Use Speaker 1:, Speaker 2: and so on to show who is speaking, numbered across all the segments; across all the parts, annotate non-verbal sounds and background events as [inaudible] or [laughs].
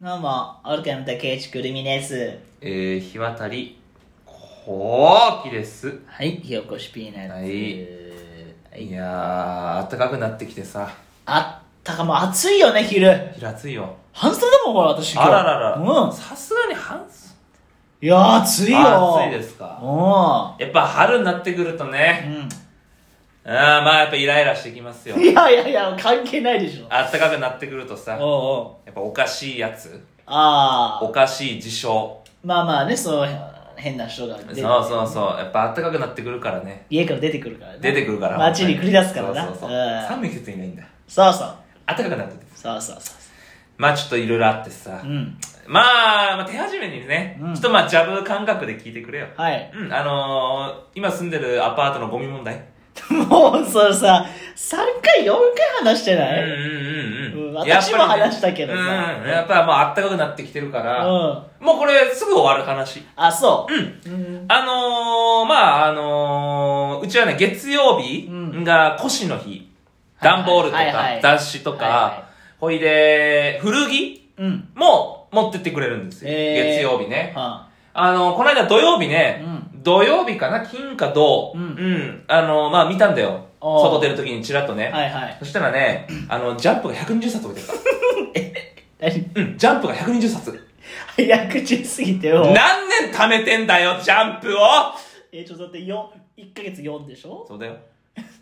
Speaker 1: どうも、オルカム竹内くるみです。
Speaker 2: えー、日渡り、こうきです。
Speaker 1: はい、火起こしピーナッツ。はい
Speaker 2: いやー、暖かくなってきてさ、
Speaker 1: あったかも暑いよね、昼。
Speaker 2: 昼暑いよ。
Speaker 1: 半袖だもん、これ、私今
Speaker 2: あ
Speaker 1: 日。
Speaker 2: ららら、
Speaker 1: うん。
Speaker 2: さすがに半袖。
Speaker 1: いやー、暑いよ。
Speaker 2: あ暑いですか。
Speaker 1: う
Speaker 2: やっぱ春になってくるとね、
Speaker 1: ん。
Speaker 2: うん、まあやっぱイライラしてきますよ
Speaker 1: うん。。いやいやいや、関係ないでしょ。
Speaker 2: 暖かくなってくるとさ、や
Speaker 1: おうおう。
Speaker 2: っぱおかしいやつ、
Speaker 1: あ
Speaker 2: お
Speaker 1: あ。
Speaker 2: かしい事象。
Speaker 1: まあまあね、その、変な人が出
Speaker 2: そう
Speaker 1: て
Speaker 2: そうそう、やっぱ暖かくなってくるからね。
Speaker 1: 家から出てくるからね。
Speaker 2: 出てくるから。
Speaker 1: 街に繰り出すからな。
Speaker 2: そうそうそう。
Speaker 1: うん
Speaker 2: 寒い季節いないんだ。
Speaker 1: そうそう。
Speaker 2: 暖かくなってて。
Speaker 1: そうそうそ
Speaker 2: まあちょっといろいろあってさ
Speaker 1: う。う、ん。
Speaker 2: まあ、まあ、手始めにね、
Speaker 1: うん
Speaker 2: ちょっとまあ、ジャブ感覚で聞いてくれよ。
Speaker 1: はい。
Speaker 2: うん、あのー、今住んでるアパートのゴミ問題。
Speaker 1: もう、それさ、3回、4回話して
Speaker 2: うん
Speaker 1: ない、
Speaker 2: うんうんうん。
Speaker 1: うん
Speaker 2: やっぱりね
Speaker 1: 私も話したけどさ
Speaker 2: うん、やっぱもうあったかくなってきてるから、
Speaker 1: うん
Speaker 2: もうこれすぐ終わる話。
Speaker 1: あ、そうう。うん。
Speaker 2: あのー、まあ、あのー、うちはね、月曜日
Speaker 1: うん
Speaker 2: が腰の日。段、ボールとか、
Speaker 1: はいはい
Speaker 2: 雑誌とか、
Speaker 1: はいはい
Speaker 2: ほいで、古着
Speaker 1: うん。
Speaker 2: も持ってってくれるんですよ。
Speaker 1: へー
Speaker 2: 月曜日ね。
Speaker 1: は
Speaker 2: あの、この間土曜日ね、
Speaker 1: う
Speaker 2: 土曜日かな金か銅、
Speaker 1: うん
Speaker 2: あの、まあ見たんだよ。
Speaker 1: おう
Speaker 2: 外出るときにチラッとね。
Speaker 1: いはい。
Speaker 2: そしたら [coughs] ね、あの、ジャンプが120冊置いてあっ
Speaker 1: 何 [laughs]
Speaker 2: た。うん、ジャンプが120冊。
Speaker 1: 早口すぎてよ。
Speaker 2: 何年貯めてんだよ、ジャンプを
Speaker 1: え、ちょっとだって、よ1ヶ月4でしょ
Speaker 2: そうだよ。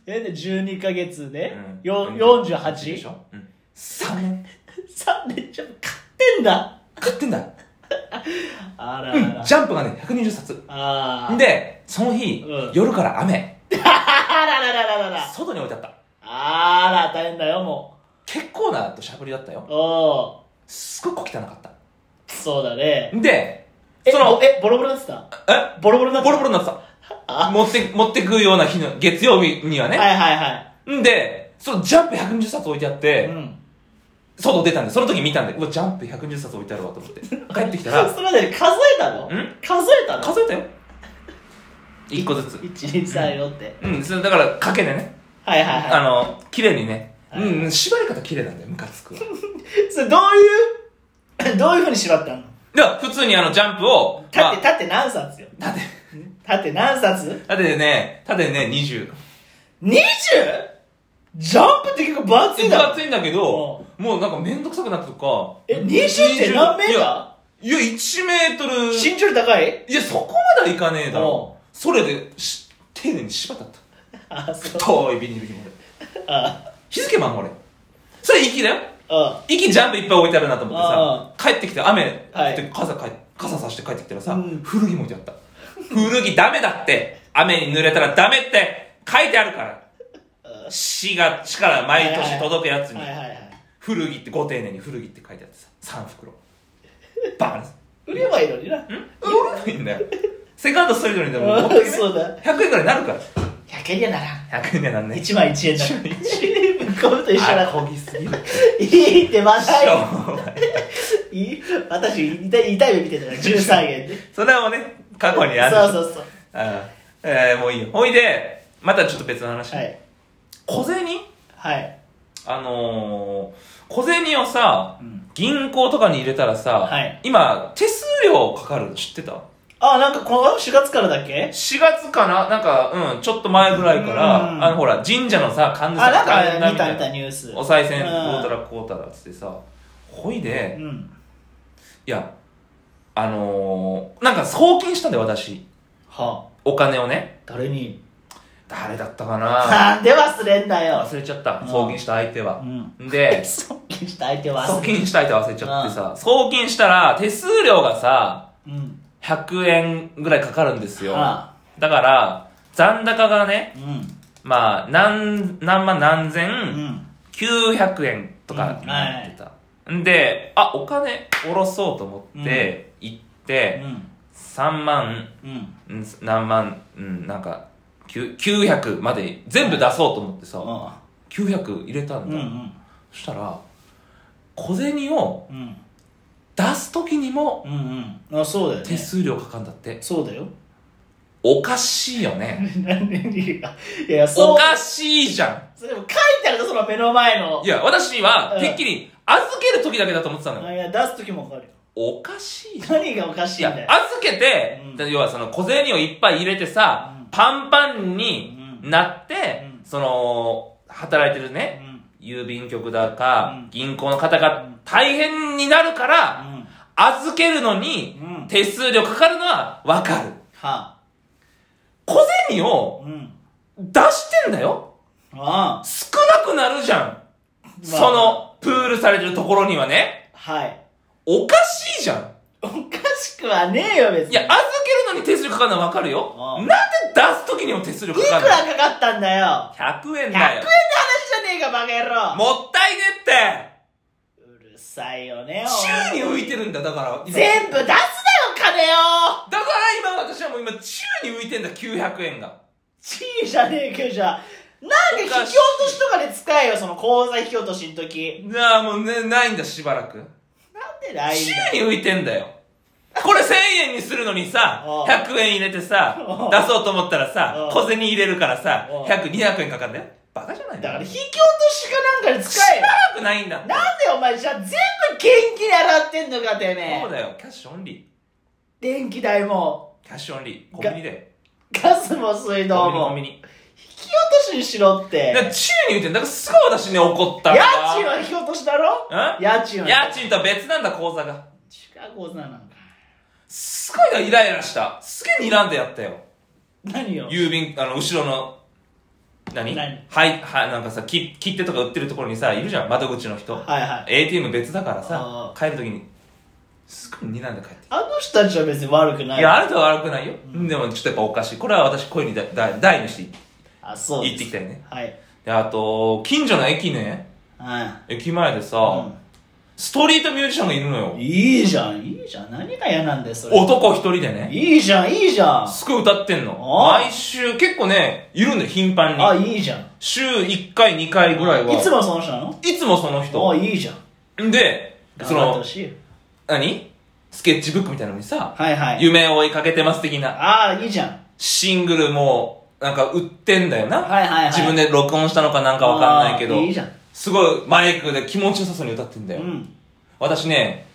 Speaker 1: え、で、12ヶ月で、よ
Speaker 2: うんでし
Speaker 1: 48?3
Speaker 2: ょうん。3年。
Speaker 1: でちょっと買ってんだ。
Speaker 2: 買ってんだ。
Speaker 1: あらあ
Speaker 2: うん、
Speaker 1: ら。
Speaker 2: ジャンプがね、120冊。
Speaker 1: あー。
Speaker 2: で、その日、
Speaker 1: うん
Speaker 2: 夜から雨。
Speaker 1: あらららららら。
Speaker 2: 外に置いてあった。
Speaker 1: あら、大変だよ、も
Speaker 2: 結構な土砂降りだったよ
Speaker 1: う。。おー。
Speaker 2: すっごく汚かった。
Speaker 1: そうだね。
Speaker 2: で、
Speaker 1: え、
Speaker 2: その
Speaker 1: ぼ、え、ボロボロになってた
Speaker 2: え
Speaker 1: ボロボロになって
Speaker 2: ボ
Speaker 1: た
Speaker 2: ロボロになってた。
Speaker 1: あ、
Speaker 2: 持って、持ってくような日の、月曜日には
Speaker 1: はい
Speaker 2: ね。
Speaker 1: はいは
Speaker 2: んで、そのジャンプ120冊置いてあっ
Speaker 1: い。
Speaker 2: て、
Speaker 1: うん。
Speaker 2: 外出たんで、その時見たんで、うわ、ジャンプ120冊置いてあるわ
Speaker 1: [laughs]
Speaker 2: と思って。帰ってきたら、
Speaker 1: それまで数えたの
Speaker 2: ん
Speaker 1: 数えたの
Speaker 2: 数えたよ。一個ずつ。
Speaker 1: 1234って。
Speaker 2: うん、それだから、かけでね。
Speaker 1: はいはい
Speaker 2: あ
Speaker 1: は
Speaker 2: の、綺麗にね。
Speaker 1: はい
Speaker 2: うん、縛り方綺麗なんだよ、ムカつくわ。
Speaker 1: い。それどう [coughs] いう、どういうふうに縛ったの
Speaker 2: では、普通にあの、ジャンプを、まあ
Speaker 1: 縦、縦何冊よ
Speaker 2: 縦、
Speaker 1: 縦何冊
Speaker 2: 縦でね、縦でね、20。
Speaker 1: ?20! ジャンプって結構分厚い
Speaker 2: 分
Speaker 1: んだろ
Speaker 2: 厚いんだけど、もうなんかめんどくさくなったとか、
Speaker 1: え、20って何メータ
Speaker 2: いや、いや1メートル
Speaker 1: ー。身長より高
Speaker 2: [laughs]
Speaker 1: い
Speaker 2: いや、そこまではいかねえだろ。それで、し丁寧に縛ったった。
Speaker 1: あ、そう。
Speaker 2: 太いビニール紐で。
Speaker 1: あ、
Speaker 2: 日付守れ。それ、息だよ。
Speaker 1: あ、
Speaker 2: 息ジャンプいっぱい置いてあるなと思ってさ、帰ってきて雨、
Speaker 1: はい
Speaker 2: で傘かい傘さして帰ってきたらさ、
Speaker 1: うん
Speaker 2: 古着も置いてあった。古着ダメだって。雨に濡れたらダメって書いてあるから。市が、市から毎年届くやつに
Speaker 1: はい、はいはい。
Speaker 2: 古着って、ご丁寧に古着って書いてあってさ、3袋。バーン
Speaker 1: 売ればいいのにな。
Speaker 2: ん売れないんだよ。セカンドストリートにでも持
Speaker 1: あ
Speaker 2: ってけね
Speaker 1: そうだ。
Speaker 2: 100円くらいになるから。
Speaker 1: 100円やなら。
Speaker 2: 100円にはなんね
Speaker 1: 1枚1円だから。向こうと一緒
Speaker 2: あ
Speaker 1: だ。
Speaker 2: こぎすぎるでし
Speaker 1: いいってまた言う
Speaker 2: ょ
Speaker 1: いい私痛い痛い目見てたから13円で
Speaker 2: それはもうね過去にある
Speaker 1: そうそうそう
Speaker 2: あえー、もういいよほいでまたちょっと別の話、
Speaker 1: はい
Speaker 2: 小銭
Speaker 1: はい
Speaker 2: あのー、小銭をさ、
Speaker 1: うん
Speaker 2: 銀行とかに入れたらさ、
Speaker 1: はい
Speaker 2: 今手数料かかるの知ってた
Speaker 1: あなんかこの4月からだっけ
Speaker 2: ?4 月かななんか、うん、ちょっと前ぐらいから、
Speaker 1: うん
Speaker 2: あの、ほら、神社のさ、
Speaker 1: あ
Speaker 2: 神主
Speaker 1: なん
Speaker 2: 神田
Speaker 1: か見た
Speaker 2: みた
Speaker 1: 見
Speaker 2: い
Speaker 1: た
Speaker 2: な。
Speaker 1: ニュース
Speaker 2: お賽銭、
Speaker 1: う
Speaker 2: こ
Speaker 1: ん
Speaker 2: うたらこうたらっつってさ、ほいで、
Speaker 1: うん
Speaker 2: いや、あのー、なんか送金したんだよ、私。
Speaker 1: は
Speaker 2: お金をね。
Speaker 1: 誰に
Speaker 2: 誰だった
Speaker 1: [laughs]
Speaker 2: かな
Speaker 1: なんで忘れんだよ
Speaker 2: 忘れちゃった
Speaker 1: う。ん
Speaker 2: 送金した相手は
Speaker 1: う。ん [laughs]
Speaker 2: で、
Speaker 1: 送金した相手は
Speaker 2: 送金した相手忘れちゃってさ、
Speaker 1: う
Speaker 2: 送金したら手数料がさ、
Speaker 1: うん
Speaker 2: 100円ぐらいかかるんですよ。
Speaker 1: あ
Speaker 2: だから、残高がね、
Speaker 1: うん
Speaker 2: まあ、何、何万何千、
Speaker 1: うん
Speaker 2: 900円とかになってた。んで、あ、お金下ろそうと思って、行って、3万、
Speaker 1: うん
Speaker 2: ん何万、うん、なんか、9 900まで全部出そうと思ってさ、900入れたん
Speaker 1: うんう
Speaker 2: だ。
Speaker 1: ん
Speaker 2: そしたら、小銭を
Speaker 1: うん
Speaker 2: 出す時にも
Speaker 1: うんうんあそうだよ
Speaker 2: 手
Speaker 1: ね
Speaker 2: 数料かかんだって。
Speaker 1: そうだよ [laughs]
Speaker 2: おかしいよね。
Speaker 1: 何いや
Speaker 2: お
Speaker 1: そう
Speaker 2: かしいじゃ
Speaker 1: それでも書いてあるぞその目の前の
Speaker 2: ん。いや、私は
Speaker 1: う、ん
Speaker 2: てっきり、預ける時だけだと思ってたの
Speaker 1: あ
Speaker 2: よ。
Speaker 1: いや出す時もわかるよ
Speaker 2: おかしいな。
Speaker 1: 何がおかし
Speaker 2: い
Speaker 1: いん
Speaker 2: や
Speaker 1: だよ、
Speaker 2: 預けて、
Speaker 1: う
Speaker 2: 要はその小銭をいっぱい入れてさ、
Speaker 1: うん
Speaker 2: パンパンになって、
Speaker 1: うん
Speaker 2: その、働いてる
Speaker 1: う
Speaker 2: ね、
Speaker 1: ん
Speaker 2: 郵便局だか、
Speaker 1: うん
Speaker 2: 銀行の方が
Speaker 1: うん
Speaker 2: 大変になるから、
Speaker 1: うん
Speaker 2: 預けるのに
Speaker 1: うん
Speaker 2: 手数料かかるのはわかる。
Speaker 1: は
Speaker 2: 小銭
Speaker 1: あ
Speaker 2: を
Speaker 1: うん
Speaker 2: 出してんだよ
Speaker 1: ああ
Speaker 2: 少なくなるじゃん、その、プールされてるところにはね、
Speaker 1: はい
Speaker 2: おかしいじゃん
Speaker 1: おかしくはねえよ別に
Speaker 2: いや、預けるのに手数料かかるのはわかるよ。
Speaker 1: ああ
Speaker 2: なんで出すときにも手数料
Speaker 1: い
Speaker 2: か
Speaker 1: く
Speaker 2: からるの
Speaker 1: かかったんだよ
Speaker 2: ?100 円
Speaker 1: 100円の話
Speaker 2: だよ
Speaker 1: じ。ゃねえかバカ野郎
Speaker 2: もったいねって
Speaker 1: うるさいよね
Speaker 2: 宙に
Speaker 1: お
Speaker 2: 浮
Speaker 1: い
Speaker 2: いてるんだ、だから。今
Speaker 1: 全部出すなよ金よ
Speaker 2: だから今私はもう今、宙に浮いてんだ、900円が。
Speaker 1: 地位じゃねえけどじゃあなんで引き落としとかで使えよその口座引き落としの時
Speaker 2: なあ、もうね、ないんだ、しばらく。
Speaker 1: なんでないん
Speaker 2: 宙
Speaker 1: だよ
Speaker 2: に浮いてんだよ。これ1000円にするのにさ、
Speaker 1: ああ
Speaker 2: 100円入れてさ
Speaker 1: あ、あ
Speaker 2: 出そうと思ったらさ
Speaker 1: あ、あ
Speaker 2: 小銭入れるからさ
Speaker 1: あ、あ
Speaker 2: 100、200円かかんだよ。バカじゃないの
Speaker 1: だから引き落としかなんかで使え
Speaker 2: し
Speaker 1: よ
Speaker 2: ばらくないんだって。
Speaker 1: なんでお前じゃあ全部元気で洗ってんのかてめ
Speaker 2: そう
Speaker 1: え
Speaker 2: だよ、キャッシュオンリ
Speaker 1: 電気代も
Speaker 2: ー。キャッシュオンリー。コンビニだよ。
Speaker 1: ガスも水道も
Speaker 2: コンビ
Speaker 1: 引
Speaker 2: ニ、コンビ
Speaker 1: き落としにしろっ
Speaker 2: ニ。だか
Speaker 1: て
Speaker 2: ら宙に浮いてんだからすごい私ね、怒った
Speaker 1: 家
Speaker 2: んだ
Speaker 1: 賃は引き落としだろ
Speaker 2: ん
Speaker 1: 家賃は
Speaker 2: 家賃とは別なんだ、口座が。
Speaker 1: 違う口座なんか
Speaker 2: すごいな、イライラした。すげえ睨んでやったよ。
Speaker 1: 何よ
Speaker 2: 郵便、あの、後ろの、何
Speaker 1: 何
Speaker 2: はい、はい、なんかさ、切切手とか売ってるところにさ、いるじゃん、窓口の人。
Speaker 1: はいはい
Speaker 2: ATM 別だからさ
Speaker 1: あ、
Speaker 2: 帰るときに、すっごい睨んで帰ってき
Speaker 1: あの人たちは別に悪く
Speaker 2: た。
Speaker 1: ない
Speaker 2: いや、あるとは悪くないよ。でも、ちょっとやっぱおかしい。これは私、声にだだ大にして
Speaker 1: あそう
Speaker 2: 言
Speaker 1: で
Speaker 2: ってき
Speaker 1: す
Speaker 2: たよね。
Speaker 1: はい
Speaker 2: で、あと、近所の駅ね、
Speaker 1: は
Speaker 2: 駅前でさ、
Speaker 1: い
Speaker 2: ストリートミュージシャンがいるの
Speaker 1: うん
Speaker 2: よ。
Speaker 1: いいじゃんいいじゃん何が嫌なんだよそれ
Speaker 2: 男一人でね。
Speaker 1: いいじゃんいいじゃん
Speaker 2: すごい歌ってんの。
Speaker 1: あ
Speaker 2: 毎週、結構ね、いるんだよ、頻繁
Speaker 1: あ
Speaker 2: に。
Speaker 1: いいじゃんい
Speaker 2: 週1回、2回ぐらいは。
Speaker 1: つもその人なの
Speaker 2: いつもその
Speaker 1: あ
Speaker 2: 人。
Speaker 1: いいじゃん
Speaker 2: で、そ
Speaker 1: 頑張ってほ
Speaker 2: の、
Speaker 1: しいよ
Speaker 2: 何スケッチブックみたいなのにさ、
Speaker 1: はいはい
Speaker 2: 夢を追いかけてます的な、
Speaker 1: ああいいじゃん
Speaker 2: シングルも、なんか売ってんだよな。
Speaker 1: はいはいはい
Speaker 2: 自分で録音したのかなんかわかんないけど
Speaker 1: あー、いいじゃん
Speaker 2: すごいマイクで気持ちよさそうに歌ってんだ
Speaker 1: う
Speaker 2: よ。
Speaker 1: ん
Speaker 2: 私ね、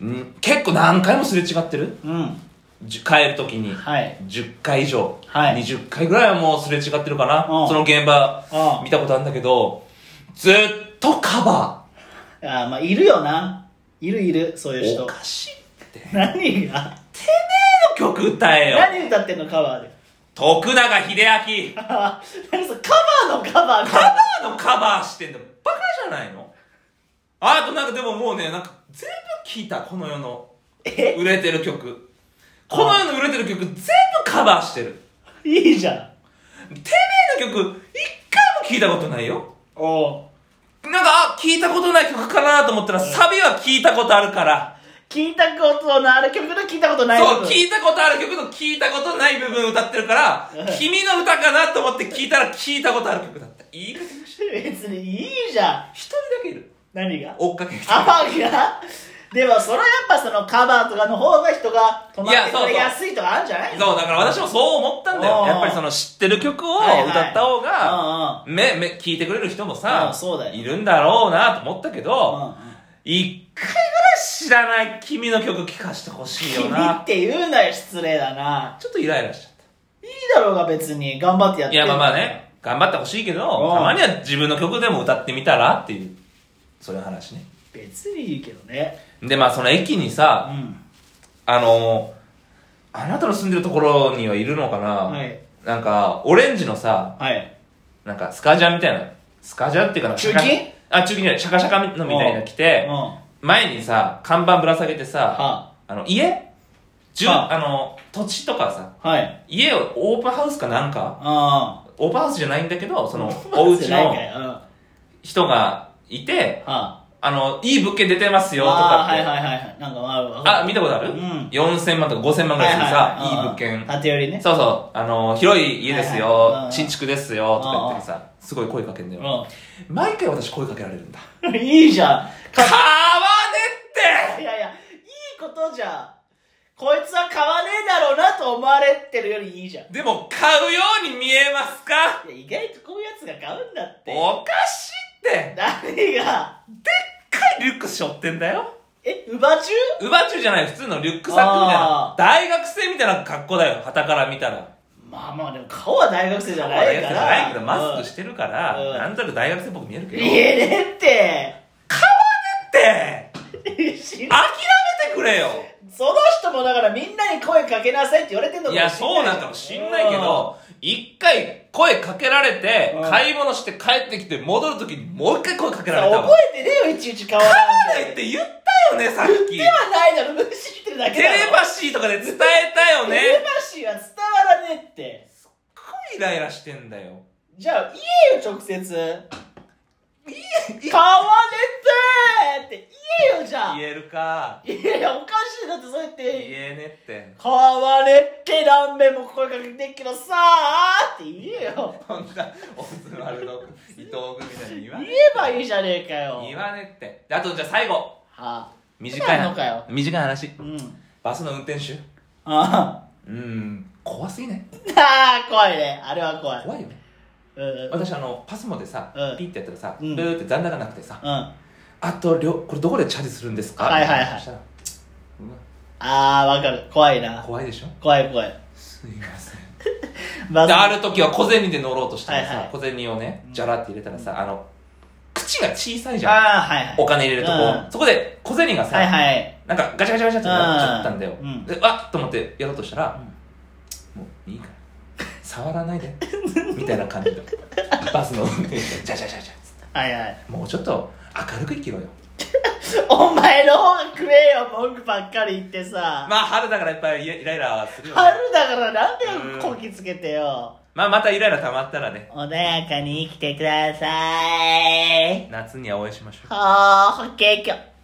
Speaker 2: ん結構何回もすれ違ってる
Speaker 1: うん
Speaker 2: じゅ帰るときに。
Speaker 1: はい
Speaker 2: 10回以上、
Speaker 1: はい
Speaker 2: 20回ぐらいはもうすれ違ってるかな、
Speaker 1: うん
Speaker 2: その現場
Speaker 1: うん
Speaker 2: 見たことあるんだけどずっとカバ
Speaker 1: あーまあいるよないるいるそういう
Speaker 2: ー
Speaker 1: 人
Speaker 2: おかしいって
Speaker 1: 何が
Speaker 2: 曲歌えよ
Speaker 1: 何歌ってんのカバーで
Speaker 2: 徳永英明カ
Speaker 1: 何それカバーのカバー
Speaker 2: バ
Speaker 1: か
Speaker 2: ーのカバーしてんだバカじゃないのあとなんかでももうねなんか全部聞いたこの世の
Speaker 1: え
Speaker 2: 売れてる曲この世の売れてる曲全部カバーしてる
Speaker 1: いいじゃん
Speaker 2: てめえの曲一回も聞いたことないよ
Speaker 1: おう
Speaker 2: なんか、あ、聞いたことない曲かなと思ったら、サビは聞いたことあるから、
Speaker 1: 聞いたことのある曲と聞いたことない
Speaker 2: そう、
Speaker 1: い
Speaker 2: 聞いたことある曲と聞いたことない部分歌ってるから、君の歌かなと思って聞いたら聞いたことある曲だった。いいか
Speaker 1: 別にいいじゃん
Speaker 2: 一人だけいる。
Speaker 1: 何が
Speaker 2: 追っかけて
Speaker 1: アパーがでもそれはやっぱそのカバーとかの方が人が止まってくれやすいとかあるんじゃないの
Speaker 2: そう、だから私もそう思ったんだよ。
Speaker 1: おー
Speaker 2: やっぱりその知ってる曲を
Speaker 1: はいはい
Speaker 2: 歌った方が、
Speaker 1: あ
Speaker 2: め、め、聞いてくれる人も
Speaker 1: う
Speaker 2: さ
Speaker 1: ん、そうだよ
Speaker 2: いるんだろうなと思ったけ
Speaker 1: あ
Speaker 2: ど、
Speaker 1: あ
Speaker 2: 一回ぐらい知らない君の曲聞かせてほしいよ
Speaker 1: 君
Speaker 2: な
Speaker 1: っ。て言うなよ失礼だな
Speaker 2: ちょっとイライラしちゃった。
Speaker 1: いいだろうが別に頑張ってやっ
Speaker 2: い
Speaker 1: てん
Speaker 2: や、
Speaker 1: だか
Speaker 2: まあ
Speaker 1: ら
Speaker 2: まあね、頑張ってほしいけど、
Speaker 1: うん
Speaker 2: たまには自分の曲でも歌ってみたらっていう、そういう話ね。
Speaker 1: 別にいいけどね
Speaker 2: で、まあその駅に
Speaker 1: う
Speaker 2: さ、
Speaker 1: ん
Speaker 2: あのー、あなたの住んでるところにはいるのかな、
Speaker 1: はい
Speaker 2: なんか、オレンジのさ、
Speaker 1: はい
Speaker 2: なんかスカジャンみたいな、スカジャンっていうかなんか、
Speaker 1: 中金
Speaker 2: シャカあ、中金じゃない、シャカシャカのみたいなの着
Speaker 1: うん
Speaker 2: て、
Speaker 1: は
Speaker 2: 前にさ、看板ぶら下げてさ、
Speaker 1: あ
Speaker 2: あの、家住
Speaker 1: は
Speaker 2: あの、土地とかさ、
Speaker 1: はい
Speaker 2: 家をオープンハウスかなんか、
Speaker 1: ああ
Speaker 2: オープンハウスじゃないんだけど、
Speaker 1: [laughs]
Speaker 2: その、お家
Speaker 1: ないか
Speaker 2: の
Speaker 1: いうんは
Speaker 2: 人がいて、
Speaker 1: あ
Speaker 2: あの、いい物件出てますよとか
Speaker 1: あ
Speaker 2: っ
Speaker 1: ーは
Speaker 2: て。
Speaker 1: いはいはいはいなんかまあ
Speaker 2: あ、見たことある、
Speaker 1: うん
Speaker 2: ?4000 万とか5000万ぐらいするさ、いい物件。
Speaker 1: 縦寄りね
Speaker 2: そうそう、あの、広い家です
Speaker 1: はいはいうん
Speaker 2: よ
Speaker 1: う、ん
Speaker 2: 新築ですよ、とか言ってさ、すごい声かけんだよ。
Speaker 1: う
Speaker 2: 毎回私声かけられるんだ。
Speaker 1: んいいじゃん
Speaker 2: 買
Speaker 1: か
Speaker 2: わねっ
Speaker 1: い
Speaker 2: て
Speaker 1: やいやいいことじゃんこいつは買わねえだろうなと思われてるよりいいじゃんい
Speaker 2: でも、買うように見えますか
Speaker 1: や意外とこういうやつが買うんだって
Speaker 2: おかしいって
Speaker 1: 何が
Speaker 2: でっかいでリュック背負ってんだよ。
Speaker 1: え、乳母中
Speaker 2: ウバチュじゃない、普通のリュックサックみたいな
Speaker 1: あ。ー
Speaker 2: 大学生みたいな格好だよ、旗から見たら。
Speaker 1: まあまあ、でも顔は大学生じゃな
Speaker 2: 大
Speaker 1: いか
Speaker 2: 学生じ
Speaker 1: ら。
Speaker 2: ゃないけど、マスクしてるから、
Speaker 1: うん
Speaker 2: なんとなく大学生っぽく見えるけど。
Speaker 1: 言えね [laughs] え
Speaker 2: って、
Speaker 1: って。し
Speaker 2: 諦めてくれよ
Speaker 1: その人もだからみんなに声かけなさいって言われてんのかも
Speaker 2: い
Speaker 1: しれない
Speaker 2: や、そうなんかもしんないけど、一回声かけられて
Speaker 1: う、ん
Speaker 2: 買い物して帰ってきて戻るときにもう一回声かけ
Speaker 1: うん
Speaker 2: られたわ。
Speaker 1: 覚えてねえよいちいち顔なん
Speaker 2: わ
Speaker 1: て
Speaker 2: ないって言ったよね、さっき
Speaker 1: で。はないだろ無視してるだけ
Speaker 2: テ
Speaker 1: だろ
Speaker 2: レパシーとかで伝えたよ
Speaker 1: テレ
Speaker 2: ね。
Speaker 1: パシーは伝わらねえって
Speaker 2: イライラしてんだよ。
Speaker 1: じゃあ言えよ直接買わねえってって言えよじゃあ
Speaker 2: 言えるか。
Speaker 1: いやいやおかしいだってそうやっ
Speaker 2: 言
Speaker 1: て
Speaker 2: えねって。
Speaker 1: 買わねえって何べんも声かけてっけどさあって言えよ
Speaker 2: そんな、オズワルド君、伊藤君みたいに言わ
Speaker 1: 言え
Speaker 2: ね
Speaker 1: ばいいじゃねえかよ
Speaker 2: 言わねって。であと、じゃあ最後。
Speaker 1: はあ
Speaker 2: 短い
Speaker 1: なんのかよ
Speaker 2: 話。短い話。
Speaker 1: うん
Speaker 2: バスの運転手
Speaker 1: あ [laughs]
Speaker 2: うん、怖すぎない
Speaker 1: あ怖いねあれは怖い
Speaker 2: 怖いよね。
Speaker 1: うんうん
Speaker 2: 私、あの、パスモでさ
Speaker 1: う、ん
Speaker 2: ピッてやったらさ、
Speaker 1: う
Speaker 2: ブ
Speaker 1: ん
Speaker 2: ーって残高なくてさ、
Speaker 1: あ
Speaker 2: あと、りょこれどこでチャージするんですか
Speaker 1: はいはいはい
Speaker 2: そしたらう
Speaker 1: あわかる怖い
Speaker 2: わ
Speaker 1: な
Speaker 2: 怖いでしょ
Speaker 1: 怖い怖い
Speaker 2: すいません。
Speaker 1: ま
Speaker 2: で、ある時は小銭で乗ろうとしたら
Speaker 1: はい
Speaker 2: さ
Speaker 1: は、い
Speaker 2: 小銭をね、じゃらって入れたらさ、あの、口が小さいじゃん。
Speaker 1: ああはいはい
Speaker 2: お金入れると
Speaker 1: う
Speaker 2: こ。
Speaker 1: ん
Speaker 2: そこで小銭が
Speaker 1: はい
Speaker 2: さ、
Speaker 1: はい
Speaker 2: なんかガチャガチャガチャってなっちゃったんだよ
Speaker 1: う。ん
Speaker 2: で、わっと思ってやろうとしたら、もういいから、触らないで、 [laughs] みたいな感じで。
Speaker 1: [laughs]
Speaker 2: バスの運転手が、じゃじゃじゃじゃ。
Speaker 1: はいはい
Speaker 2: もうちょっと明るく生きろよ。
Speaker 1: お前の方が食えよ文句ばっかり言ってさ
Speaker 2: まあ春だからやっぱりイライラするよね。
Speaker 1: 春だからなんで
Speaker 2: うん
Speaker 1: こきつけてよ
Speaker 2: まあまたイライラ溜まったらね、
Speaker 1: 穏やかに生きてください
Speaker 2: 夏にはお会いしましょう。
Speaker 1: はあ、ほっけーきょ。